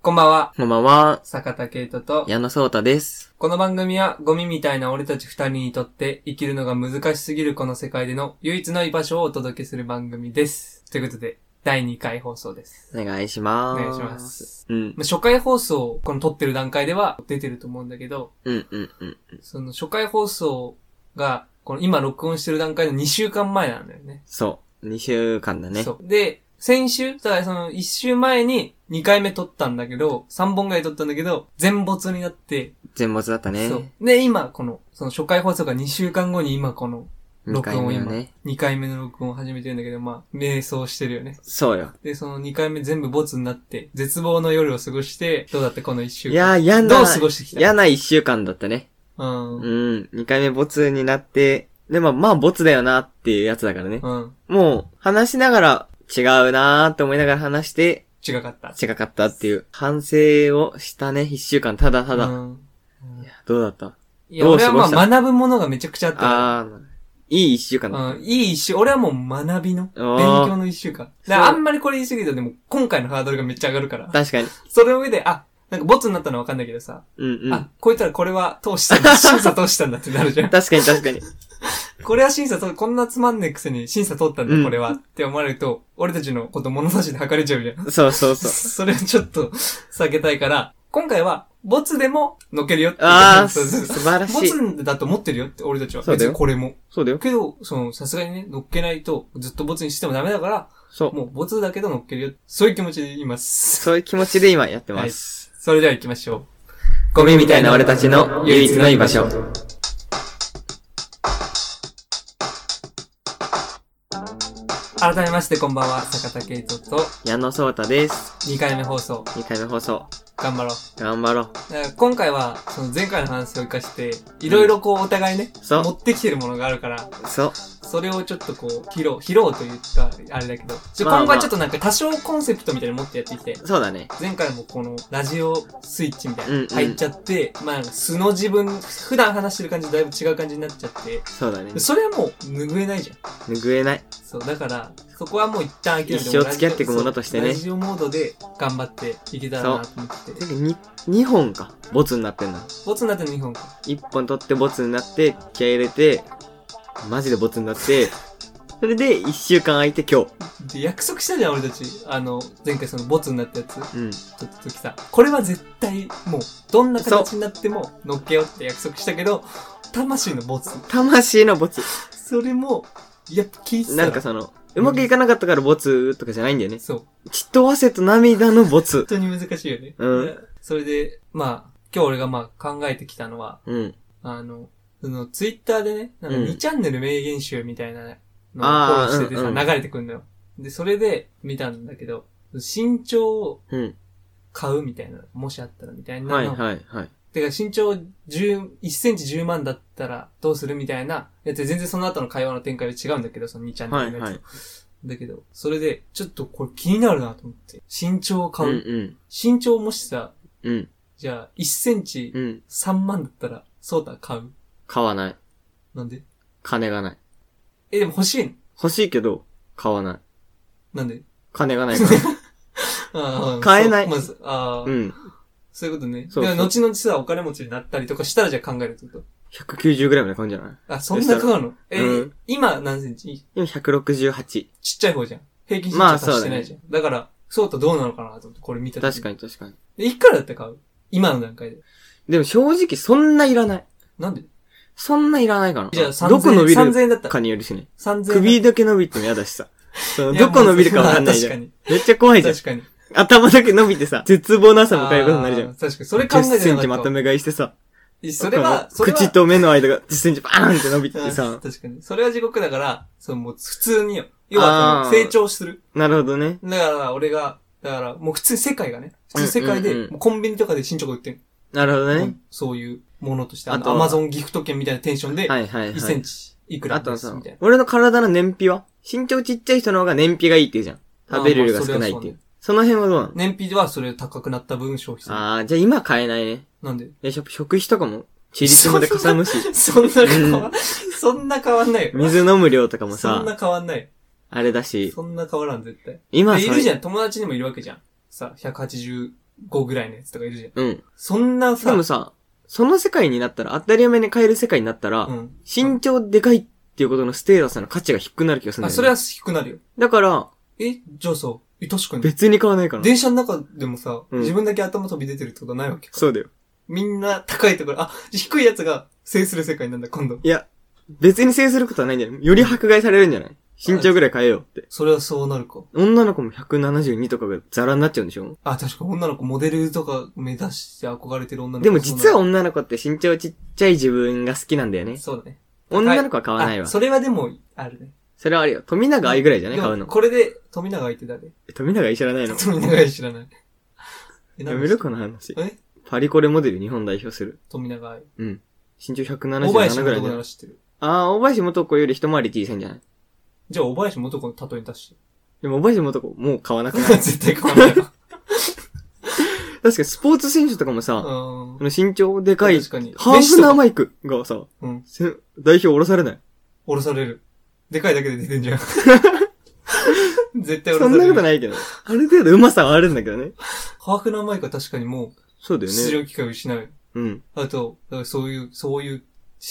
こんばんは、こんばんは、坂田圭人と、矢野聡太です。この番組はゴミみたいな俺たち二人にとって生きるのが難しすぎるこの世界での唯一の居場所をお届けする番組です。ということで、第2回放送です。お願いしまおーす。願いしま。す。うん、まあ初回放送、この撮ってる段階では出てると思うんだけど、うん、うん、うん。その初回放送が、この今録音してる段階の2週間前なんだよね。そう。2週間だね。そう。で、先週、だからその1週前に2回目撮ったんだけど、3本ぐらい撮ったんだけど、全没になって、全没だったね。そう。で、今、この、その初回放送が2週間後に今この、 2録回音を目は今、ね。 2回目の録音を始めてるんだけど、まあ、瞑想してるよね。そうよ。で、その2回目全部ボツになって、絶望の夜を過ごして、どうだったこの1週い間。やー、嫌な、どう過ごしてきた嫌な1週間だったね。うん。ううん。ん、2回目ボツになって、でもまあボツだよなっていうやつだからね。もう、話しながら、違うなーって思いながら話して、違かった。違かったっていう、反省をしたね、1週間、ただただ。うん。いやどうだったいや、どう俺過はごましたあ学ぶものがめちゃくちゃあったから。あー、いい1週間だった。うん、いい一週、俺はもう学びの、勉あー強の一週間。だからあそうんまりこれ言い過ぎるとでも今回のハードルがめっちゃ上がるから。確かに。それを上で、あ、なんかボツになったのはわかんないけどさ、うんうん。あ、こいつらこれは通したんだ、審査通したんだってなるじゃん。確かに確かに。これは審査通、こんなつまんねえくせに審査通ったんうだ、んこれは、って思われると、俺たちのこと物差しで測れちゃうじゃん。そうそう そう。それをちょっと避けたいから、今回は、ボツでも乗っけるよっていう。ああ、そうすそうそう素晴らしボい。ツだと思ってるよって、俺たちは。そうだよ別にこれも。そうだよ。けど、その、さすがにね、乗っけないと、ずっとボツにしてもダメだから、そう。もうボツだけど乗っけるよ。そういう気持ちでいます。そういう気持ちで今やってます。それでは行きましょう。ゴミみたいな俺たちの唯一の居場所。改めましてこんばんは、坂田圭人と矢野聡太です。 2回目放送、 2回目放送。頑張ろう。頑張ろう。だから今回は、その前回の話を生かして、いろいろこうお互いね、そう持ってきてるものがあるから、そう。それをちょっとこう、披露、披露と言ったらあれだけど、ちょまあまあ今後はちょっとなんか多少コンセプトみたいに持ってやっていきて、そうだね。前回もこのラジオスイッチみたいうんうなん入っちゃって、まあなんか素の自分、普段話してる感じとだいぶ違う感じになっちゃって、そうだね。それはもう拭えないじゃん。拭えない。そう、だから、そこはもう一旦諦めて一生付き合っていくものとしてねラジオモードで頑張っていけたらなと思ってて。に、2本か。ボツになってんの。ボツになったの2本か。 1本取ってボツになって、気合い入れて、マジでボツになって、それで1週間空いて今日。で、約束したじゃん、俺たち。あの、前回そのボツになったやつ撮っうん。た時さ。これは絶対、もう、どんな形になっても乗っけようって約束したけど、魂のボツ。魂のボツ。それも、やっぱ聞いてたらなんかその、うまくいかなかったからボツとかじゃないんだよね。そう。血と汗と涙のボツ。本当に難しいよね。うんそれで、まあ、今日俺がまあ考えてきたのは、うん。あの、その、ツイッターでね、なんかうん2チャンネル名言集みたいなのをフォロあーーしててさ、うんうん流れてくんのよ。で、それで見たんだけど、身長をうん。買うみたいな、もしあったらみたいなの。はいはいはい。てか身長10、1センチ10万だったらどうするみたいな、やつで全然その後の会話の展開は違うんだけど、その2チャンはネいルのやつ。はい。だけど、それで、ちょっとこれ気になるなと思って。身長をう買んう。うん。身長もしさ、うん。じゃあ1センチうん。 3万だったら、ソータ買う買わない。なんで金がない。え、でも欲しいの欲しいけど、買わない。なんで金がない から。ああ 買えないそうまず、ああ、うん。そういうことね。そうそうでも後々さ、お金持ちになったりとかしたらじゃあ考えるってこと。 190ぐらいまで買うんじゃないあ、そんな変わるのえ、うん今何センチ今168。ちっちゃい方じゃん。平均身ま長あそうだねしてないじゃん。だから、そうとどうなのかなと思って、これ見た時確かに確かに。に。で、いくらだったら買う今の段階で。でも正直そんないらない。なんでそんないらないかな。じゃあどこ伸び3000る円だったら。かによるしね。 3000円。首だけ伸びても嫌だしさ。そのいやどこ伸びるかわかんないじゃまん。あめっちゃ怖いじゃん。確かに。確かに。頭だけ伸びてさ、絶望なさ迎えることになるじゃあん。ー確かに。それ考えてなかっ10たセンチまとめ買いしてさ。め。それは、それは。口と目の間が10センチバーンって伸びてうんさ。確かに。それは地獄だから、そのもう普通によ。要はその、あー成長する。なるほどね。だから、俺が、だから、もう普通世界がね、普通世界で、うんうんうんもうコンビニとかで身長が売ってる。なるほどもねう。そういうものとして、ああとの、アマゾンギフト券みたいなテンションで、はいはいはい。 1センチいくらあとです、さみたい、な。俺の体の燃費は身長ちっちゃい人の方が燃費がいいっていうじゃん。食べる量が少ないっあまあそてれはそいうう。その辺はどうなの燃費ではそれ高くなった分消費する。あー、じゃあ今買えないね。なんでで、食食費とかも、チリツムでかさむし、 そんな変わん、そんな変わん ないよ。水飲む量とかもそんさ、な変わんないあれだよ。し、そんな変わらん、絶対。今で、いるじゃさ、ん、友達にもいるわけじゃん。さ、180 5ぐらいのやつとかいるじゃん。うん。そんなでさ、もさ、その世界になったら、当たり前に変える世界になったら、うん。身長でかいっていうことのステータスの価値が低くなる気がするんだあ、よ、ね。それは低くなるよ。だから、え、じゃあさ、え、確かに。別に買わないから。電車の中でもさ、うん自分だけ頭飛び出てるってことはないわけか。そうだよ。みんな高いところ、あ、じゃあ低いやつが制する世界なんだ、今度。いや、別に制することはないんじゃないより迫害されるんじゃない身長ぐらい変えようって。それはそうなるか。女の子も172とかがザラになっちゃうんでしょあ、確か女の子、モデルとか目指して憧れてる女の子。でも実はそう女の子って身長ちっちゃい自分が好きなんだよなねの。そうだね。女の子は買わないわ。あそそれはでも、あるね。れはあるよ。富永愛ぐらいじゃないでも買うの。これで、富永愛って 誰え富永愛知らないの富永愛知らない。えやめるかな話。えパリコレモデル日本代表する。富永愛。うん。身長大林177ぐら元い子じゃなないら知ってる。あー、大林元子より一回り小さいんじゃないじゃあ、大林元子の例えに出 して。でも大林元子もう買わ なくない絶対変わんないわ。確かにスポーツ選手とかもさ、うん。 あの身長でかい、確かに。ハーフナー飯とかマイクがさ、うんせ代表降ろされない。降ろされる。でかいだけで出てん じゃん。絶対降そろさんれる。なことい。ないけど。ある程度うまさはあるんだけどね。ハーフナーマイクは確かにもそうだう、よ出ね。場機会を失う。うん。あと、だからそういう、そういう、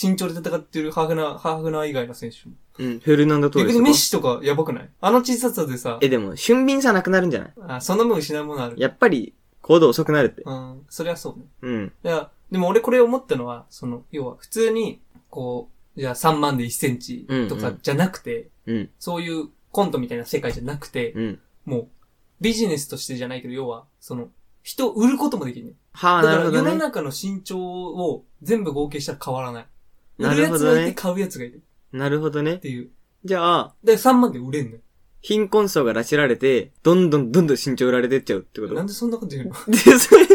身長で戦ってるハーフナー、ハーフナー以外の選手も。うん。フェルナンド・トーレ逆スにとメッか。シとかやばくないあの小ささでさ、え、でも、俊敏さなくなるんじゃないあその分失うものある。やっぱり、行動遅くなるって。うん、それはそうね。うん。いや、でも俺これ思ったのは、その、要は普通に、こう、じゃあ3万で1センチとうんかうんじゃなくて、うん。そういうコントみたいな世界じゃなくて、うん。もう、ビジネスとしてじゃないけど、要は、その、人を売ることもできるね。だはあ、かならるほ世どのね。中の身長を全部合計したら変わらない。売なるるやほつがどいてね。買うやつがいるなるほどねっ。ていう。じゃあ、で、3万で売れんのよ。貧困層が拉致られて、どんどんどんどん身長売られてっちゃうってこなとんでそんなこと言うので、それ、い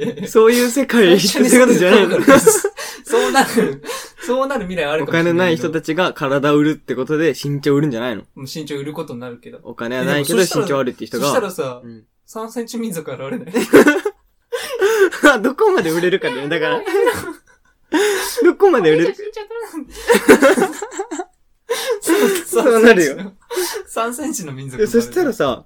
やいや そういう世界ってことじゃ ないの最初にそうなる、そうなる未来あるおかもしれない。金ない人たち。ちが体売るってことで身長売るんじゃないのもう身長売ることになるけど。お金はないけどえでもそしたら身長あるって人そしたらが。さう、ん3センチ民族現れない。どこまで売れるかだよね。だから。どこまで売れるか。そうなるよ。 3センチの民族でそしたらどさ、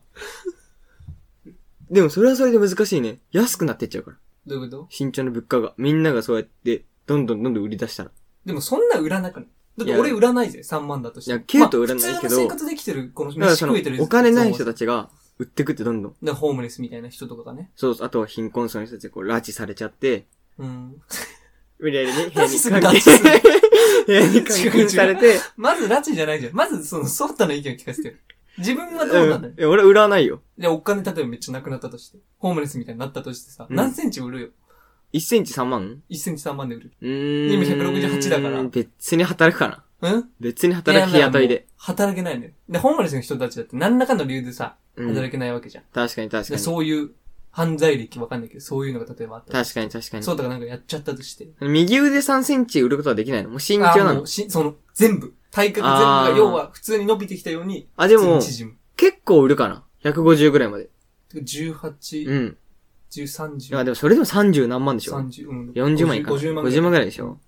でもそれはそれで難しいね。安くなってっちゃうから。ういうこと身長の物価が。みんながそうやって、どんどんどんどん売り出したら。でもそんな売らなくないだって俺売らないぜ、3万だとして。いやケイト売らないけどまあ普通の生活できてる、このだから飯その食えてる、お金ない人だ。たちが、売ってくってどんどん。で、ホームレスみたいな人とかがね。そうそう、あとは貧困層の人たちがこう、拉致されちゃって、うん。無理やり ね、部ラ屋ジにする監ラジ禁する 部屋に監禁されて、まず拉致じゃないじゃん。まずその、ソータの意見を聞かせてよ。自分はどううなんだよん。いや、俺売らないよ。で、お金例えばめっちゃなくなったとして、ホームレスみたいになったとしてさ、うん何センチ売るよ。 1センチ3万1センチ3万で売る。うーん。今168だから別に働くかな。うん別に働く日や雇いで。。働けないのよ。で、ホームレスの人たちだって何らかの理由でさ、うん。働けないわけじゃん。確かに確かでに。そういう、犯罪歴わかんないけど、そういうのが例えばあったら。確かに確かに。そうだからなんかやっちゃったとして。右腕3センチ売ることはできないのもう身あ長なものうし、その、全部。体格全部あがー、要は普通に伸びてきたように、あ、で普も通、に縮む。結構売るかな。150ぐらいまで。 18、うん。 13、いや、 10、でもそれでも30何万でしょ30、うん。 ?40 万いかない。 50万。 50万ぐらいでしょ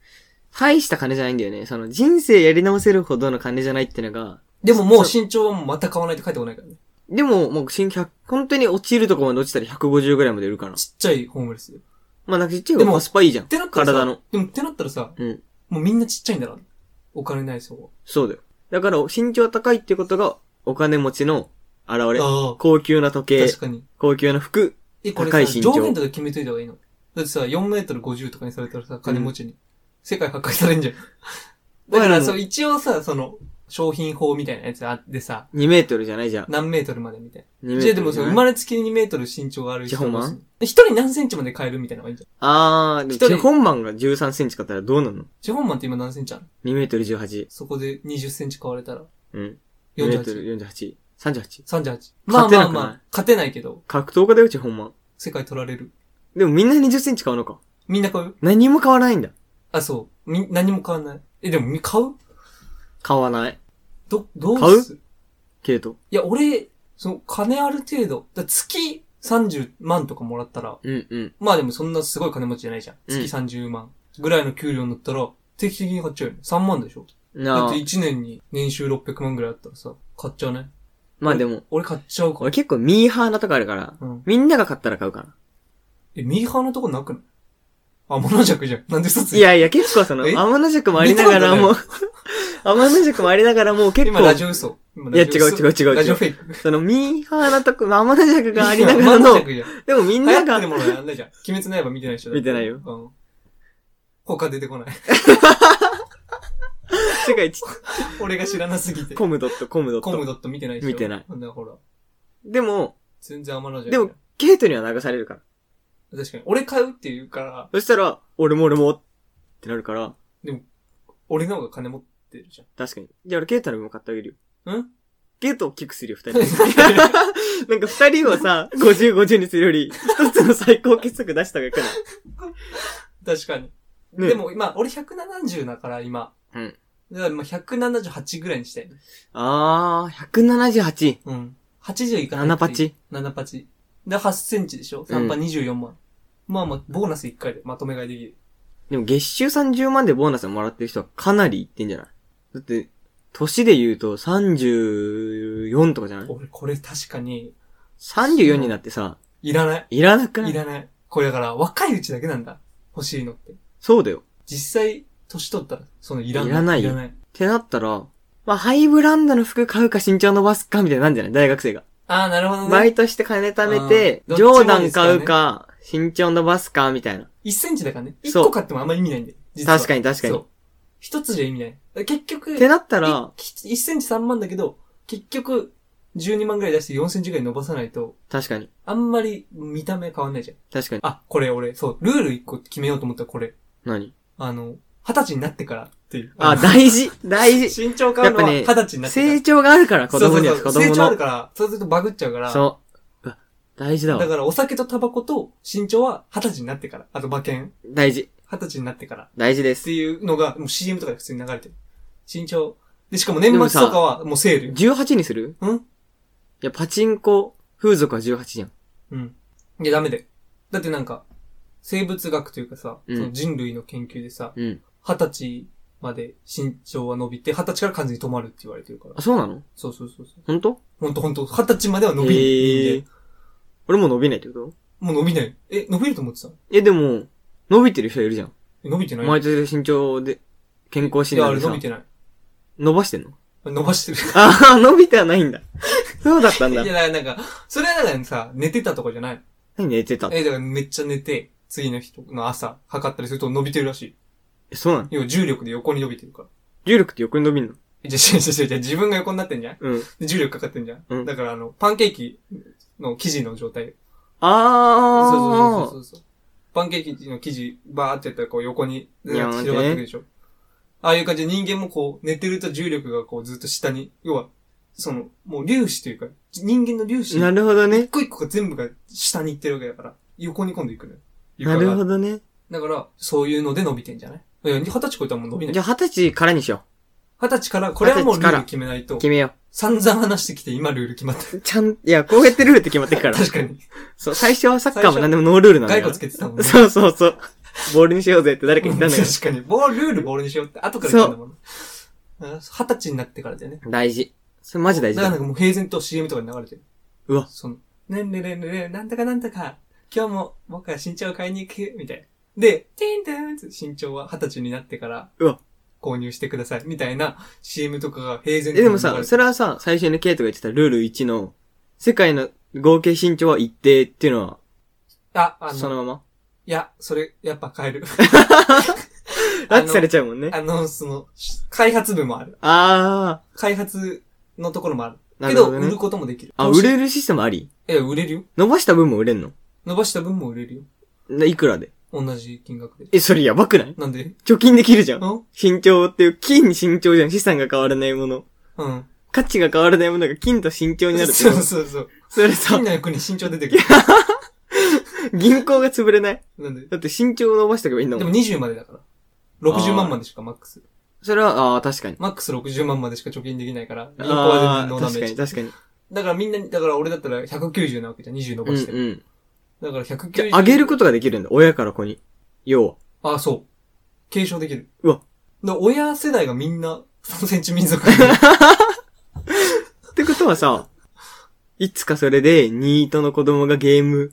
大した金じゃないんだよね。その人生やり直せるほどの金じゃないってのが、でももう身長はもうまた買わないと書いてこないからね。でも、もう新100、本当に落ちるとこまで落ちたら150ぐらいまで売るから。ちっちゃいホームレスで。っまあなんかちっちゃいで方もがコスパいいじゃん。てなったらさ、体の。でもってなったらさ、うんもうみんなちっちゃいんだな。お金ないそう。そうだよ。だから、身長高いってことが、お金持ちの現れ。あ高級な時あ、計確、かに。高級な服。え、これ高いさ、身上長限とか決めといた方がいいのだってさ、4メートル50とかにされたらさ、金持ちに。世界破壊されんじゃん。だかまあでら、もそう、一応さ、その、商品法みたいなやつあってさ、 2メートルじゃないじゃん。何メートルまでみたい2メな。ートルじゃあでもさ、じゃない生まれつき2メートル身長がある人じゃあもほんま一人何センチまで買えるみたいなのがいいんじゃん。あー、でも一人チェホンマンが13センチ買ったらどうなのジェホンマンって今何センチあるの ?2 メートル18。そこで20センチ買われたら、うん。2メート48。ル48。38。 38。まあまあ勝てなくないまあ、勝てないけど、格闘家だよ、チェホンマン。世界取られる。でもみんな20センチ買うのか。みんな買う何も買わないんだ。あ、そう。み、何も買わない。え、でもみ、買う買わない。ど、どう買うすけれど。いや、俺、その、金ある程度、だ月30万とかもらったら、うんうん。まあでもそんなすごい金持ちじゃないじゃん。うん月30万ぐらいの給料になったら、定期的に買っちゃうよね。3万でしょだなっあて。1年に年収600万ぐらいあったらさ、買っちゃうね。まあでも、俺買っちゃうか俺結構ミーハーなとこあるから、ら。うん。みんなが買ったら買うから。え、ミーハーのとこなくないあ、モノジャクじゃん。なんで嘘ついいてやいや、結構その、え天の塾もありながらも、 天の塾もありながらも、結今ラジ構、オ嘘。今いやラジオ嘘違う違う違う違うラジオフェイク。その、ミーハーなとこ、天の塾がありながモノらジのャ、ク じゃん。でもみん流行なってがる、ものなんだじゃん。鬼滅の刃見てない人だって見てないようん。他出てこない。 世界一、俺が知らなすぎて。コムドット、コムドッコムト。ドット見てないでしょ見てない。んだからほら、でも、全然天のじゃん。でも、ケイトには流されるから。確かに。俺買うって言うから、そしたら、俺も俺も、ってなるから、俺の方が金持ってるじ確かに。じゃあ俺ケイトの分も買ってあげるゃん。んゲートを大きくするよ、二人。 なんか二人をさ、50、50にするより、一つの最高傑作出した方がいいかな確かに。ねでも今、俺170だから今。うん。だから今178ぐらいにしたいね。あー、178。うん。80いかない7パ。チ。 7パチ。で、8センチでしょ ?3 パ24万。まあまあ、ボーナス1回でまとめ買いできる。でも月収30万でボーナスをもらってる人はかなりいってんじゃないだって、年で言うと34とかじゃない俺、これ確かに、 ?34 になってさ、いらない。いらなくないいらない。これだから、若いうちだけなんだ。欲しいのって。そうだよ。っ実際、年取ったら、そのいらない。いらないいよらない。てなったら、まあ、ハイブランドの服買うか身長伸ばすかみたいになんじゃない大学生が。ああ、なるほどバね。イトして金貯めて、うんジョーダン買うか、身長伸ばすかみたいな。 1センチだからね。1そう個買ってもあんまり意味ないんで。実は確かに確かそに。う。一つじゃ意味ない。結局、ってなったら、い1センチ3万だけど、結局、12万ぐらい出して4センチぐらい伸ばさないと、確かに。あんまり見た目変わんないじゃん。確かに。あ、これ俺、そう、ルール1個決めようと思ったらこれ。何あの、二十歳になってからっていう。あ、の大事大 事身長変わるのはや二っ十ぱ歳になってから。成長があるから、子供にはそうそ子うそう供成長あるの。から、そうするとバグっちゃうから。そう。うわ大事だだわ。からお酒とタバコと身長は二十歳になってから。あと馬券、大事。二十歳になってから。っ大事です。ていうのが、もう CM とかで普通に流れてる。身長。で、しかも年末とかはもうセールよ。 18にするうんいや、パチンコ、風俗は18じゃん。うん。いや、ダメだよ。だってなんか、生物学というかさ、うんその人類の研究でさ、うん。二十歳まで身長は伸びて、二十歳から完全に止まるって言われてるからあ、。そうなのそうそうそうそう。ほんとほんとほんと、二十歳までは伸びる。へえ。俺も伸びないってこともう伸びない。え、伸びると思ってたえ、でも、伸びてる人いるじゃん。え伸びてない毎年身長で、健康い診や、あ断れでさ伸び、てない。伸ばしてんの 伸ばしてる。ああ、伸びてはないんだ。 そうだったんだい。や、なんか、それはだからさ、寝てたとかじゃない。何寝てたえ、だからめっちゃ寝て、次の日の朝、測ったりすると伸びてるらしい。え、そうなの要は重力で横に伸びてるから。重力って横に伸びんのえじゃ、じゃ、じゃ、じゃ、自分が横になってんじゃんうん。で重力かかってんじゃん、うんだからあの、パンケーキの生地の状態。そうそうあそうそうそう。パンケーキの生地、バーってやったらこう横に、いや広がってくるでしょ。ああいう感じで人間もこう、寝てると重力がこうずっと下に、要は、その、もう粒子というか、人間の粒子あ。、なるほどね一。個一個が全部が下に行ってるわけだから、横に今度行くのよ。床ながるほどね。だから、そういうので伸びてんじゃないいや、二十歳超えたらもう伸びない。じゃあ二十歳からにしよ二十歳から、これはもう二十ル歳かーらル決めないとう。、決めよ散々話してきて今ルール決まった。う。ちゃん、いや、こうやってルールって決まってるから。 確かに。そう、最初はサッカーも何でもノールールなんだ骸よ骨。つけてたもんね。そうそうそう。ボールにしようぜって誰か言ったんだ よ。確かに。ボール、ルールボールにしようって、後から言ったんだもんね。うん二十歳になってからだよね。大事。それマジ大事だからなだん。かもう平然と CM とかに流れてる。うわその、ねんねれんねれん、なんだかなんだか、今日も僕は身長を買いに行く、みたいな。で、ティンテンって身長は二十歳になってから、うわ購入してください、みたいな CM とかが平然と流れえ、てる。でもさ、それはさ、最初にケイトが言ってたルール1の、世界の合計身長は一定っていうのあ、あは、の、そのままいや、それ、やっぱ変える。拉致されちゃうもんね。 あの、その、開発部もある。あ開発のところもある。ー。なけるほど、ど売ねる。こともできる。あ、投売資れるシステムありえ、売れるよ。伸ばした分も売れんの伸ばした分も売れるよ。ないくらで同じ金額で。え、それやばくないなんで貯金できるじゃ。うんん身長っていう、金に身長じゃん。資産が変わらないもの。うん。価値が変わらないものが金と身長になるってそこうと。そうそう。それ金さ、の役に身長出てくる。銀行が潰れない。なんでだって身長を伸ばしておけばいいんだでももん。 20までだから。60万までしかマックス。それは、ああー、確かに。マックス60万までしか貯金できないから、銀行はあ全然ノあーー、ダメ確かージ。に確かに。だからみんなに、だから俺だったら190なわけじゃん、20伸ばしてうる。んうん。だからじゃ190。あ、あげることができるんだ。親から子に。要は。ああ、そう。継承できる。うわ。だ親世代がみんな3センチ民 族。ってことはさ、いつかそれで、ニートの子供がゲーム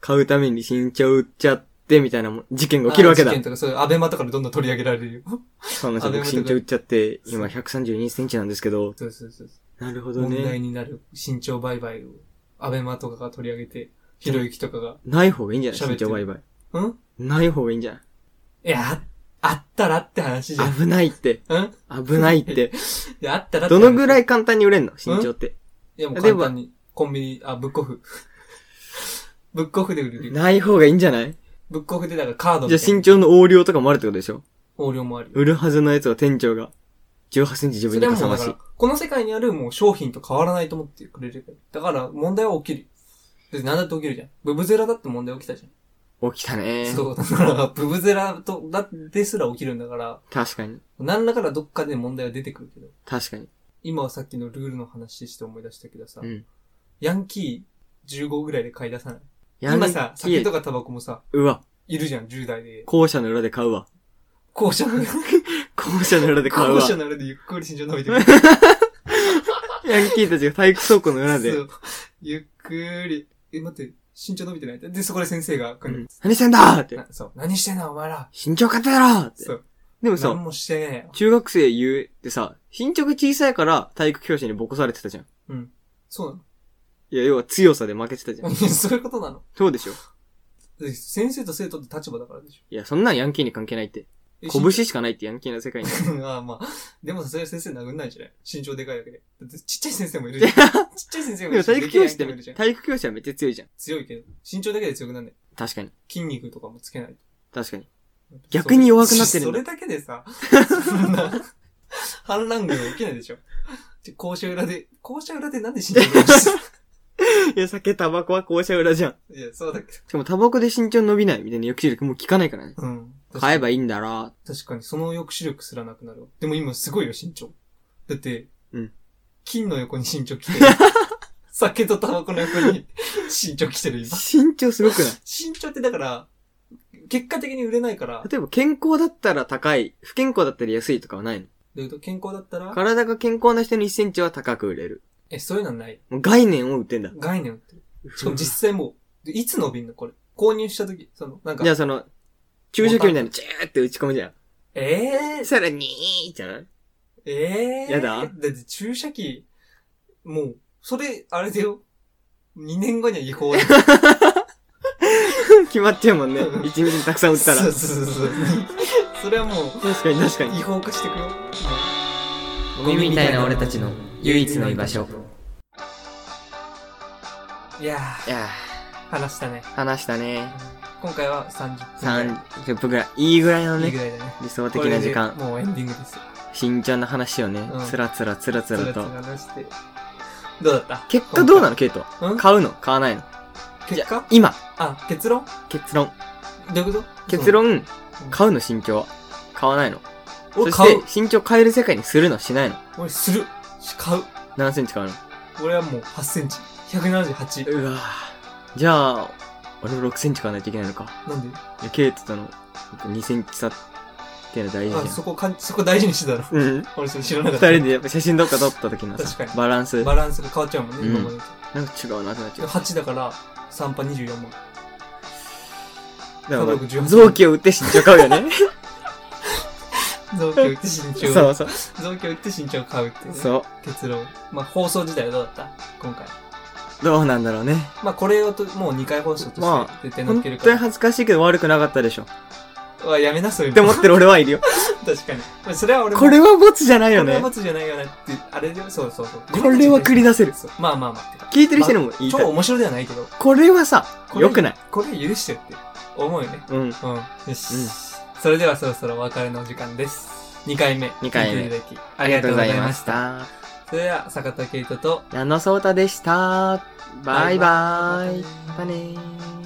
買うために身長売っちゃって、みたいなもん事件が起きるわけだあ事。件とか、そういうアベマとかでどんどん取り上げられるよ。そうなんあですでもよ。僕身長売っちゃって、今132センチなんですけど。そうそうそう。なるほど問題ね。になる身長売買を、アベマとかが取り上げて、ひろゆきとかが、ない方がいいんじゃない喋って身長売買。うんない方がいいんじゃいや、ああったらって話じゃなんい。危ないって。うん危ないって。いや、あったらってど話のぐらい簡単に売れんの身長って。いや、もう簡単に、コンビニ、あ、ブックオフ。 ブックオフで売れるよ。ない方がいいんじゃないブックオフでだからカードじゃみあたいな身長の横領とかもあるってことでしょ横領もあるよ。売るはずのやつは店長が18センチ自そ分れにはかもさうだましから、この世界にあるもう商品と変わらないと思ってくれるから。だから、問題は起きる。だって何だって起きるじゃん。ブブゼラだって問題起きたじ起きたゃん。ねそう。だから、ブブゼラと、だってすら起きるんだから、確かに。何らかのどっかで問題は出てくるけど。確かに。今はさっきのルールの話して思い出したけどさ、うんヤンキー15ぐらいで買い出さない。ヤン今キーさ、酒とかタバコもさ、うわ、いるじゃん、10代で。校舎の裏で買うわ。校舎の、校舎の裏で買う校わ。舎の裏でゆっくり身長伸びてくる。ヤンキーたちが体育倉庫の裏でそ。うゆっくり。え、待って、身長伸びてないで、そこで先生が来うんる、何してんだーって。なそう、何してんのお前ら。身長買ったやろーってそ。う。でも何さ、もしてねえよ。中学生言うってさ、身長が小さいから体育教師にボコされてたじゃん。そういや、要は強さで負けてたじゃなんの。。そういうことなの。そうでしょで先生と生徒って立場だからでしいや、そんなんヤンキーに関係ないって。ょ。拳しかないってヤンキーの 世界に。ああ、まあ。でもさ、それは先生殴んないじゃない身長でかいわけで。だってちっちゃい先生もいるじゃん。ちっちゃい先生もいでるもし。体育教師っできない人もいるじて、ゃん体育教師はめっちゃ強いじゃん。強いけど、身長だけで強くなんない。確かに。筋肉とかもつけない。確 かに。逆に弱くなってるんだそれだけで さ、そんな、反乱軍起きないでしょ。で校舎裏で、校舎裏でなんで身長伸びして いや、酒、タバコは校舎裏じゃん。るいや、そうだけしかもタバコで身長伸びないみたいな抑止力もう効かないからね。ど。うん。買えば。ばいいんだら。確かに、その抑止力すらなくなるわ。でも今すごいよ、身長。だって、うん金の横に身長 来てる。酒とタバコの横に身長来てる、今。身長すごく ない身長ってだから、結果的に売れないから、例えば健康だったら高い、不健康だったら安いとかはないでの健康だったら、体が健康な人の1センチは高く売れる。え、そういうのはない。もう概念を売ってんだ。概念を売ってる。しかも実際もう、でいつ伸びんのこれ。購入した時、その、なんかじゃ、あその、注射器みたいなのチューって打ち込むじゃえん。ー、さらにーじゃない ええー、やだだって注射器、もう、それ、あれだよ。2年後には違 法だよ。決まっちゃうもんね。 一日にたくさん打ったらそう。そうそうそう。 それはもう、確かに確かに。違法化していくよ。ゴミみたいな俺たちの唯一の居場所。いやいやー、話したね。ー、話したね。今回は30分ぐらい。 30分ぐらい。いいぐらいのいいぐね、らいだね。理想的これなで時間。もうエンディングですよ。慎重な話をねうん、つらつらつらつらつと。ら出して。どうだった結果どうなののケイトうん買うの買わないの結果今、あ、結論結論。どういうこと結論、買うの身長は。買わないの。俺そ買う。して、身長変える世界にするのしないの俺する。し買う。何センチ買うの俺はもう8センチ。178。うわぁ。じゃあ、俺も6センチ買わないといけないのか。なんでいやケイトとの2センチ差っていうの大あ、事じそこかん、そこ大事にしてた の。ゃん。うん。俺それ知らなか二った。人でやっぱ写真どっか撮った時のさ確かにバランス。なバランスが変わっちゃうもんね、うん今までと。んか違うなってなっちゃう。 8だから、3パ24万。だから家族18臓器を売って身長買う よね。臓器を売って身長。そうそう。臓器を売って身長を買うっていう、ね。そう。結論。まあ、放送自体はどうだった今回。どうなんだろうね。まあ、これをと、もう2回放送とましあて、絶対乗本っけるか当にら。恥ずかしいけど悪くなかったでしょ。うわやめな、そういうっての。思ってる俺はいるよ。 確かに。まあそれは俺もこれはボツじゃないよこれはね。罰じゃないよねって、あれで、そうそうそう。これは繰り出せる。そうまあまあまあ。聞いてる人にも言い超たい。面白ではないけど、これはさ、これ良くない。これ許してよって思うよね。うん。うん。よし。うんそれではそろそろお別れのお時間です。2回目。二回目聞いていただきありがとうございました。ありがとうございまそれでは、坂田圭人と、した。矢野聡太でした。バイバーイ。またまたねねー。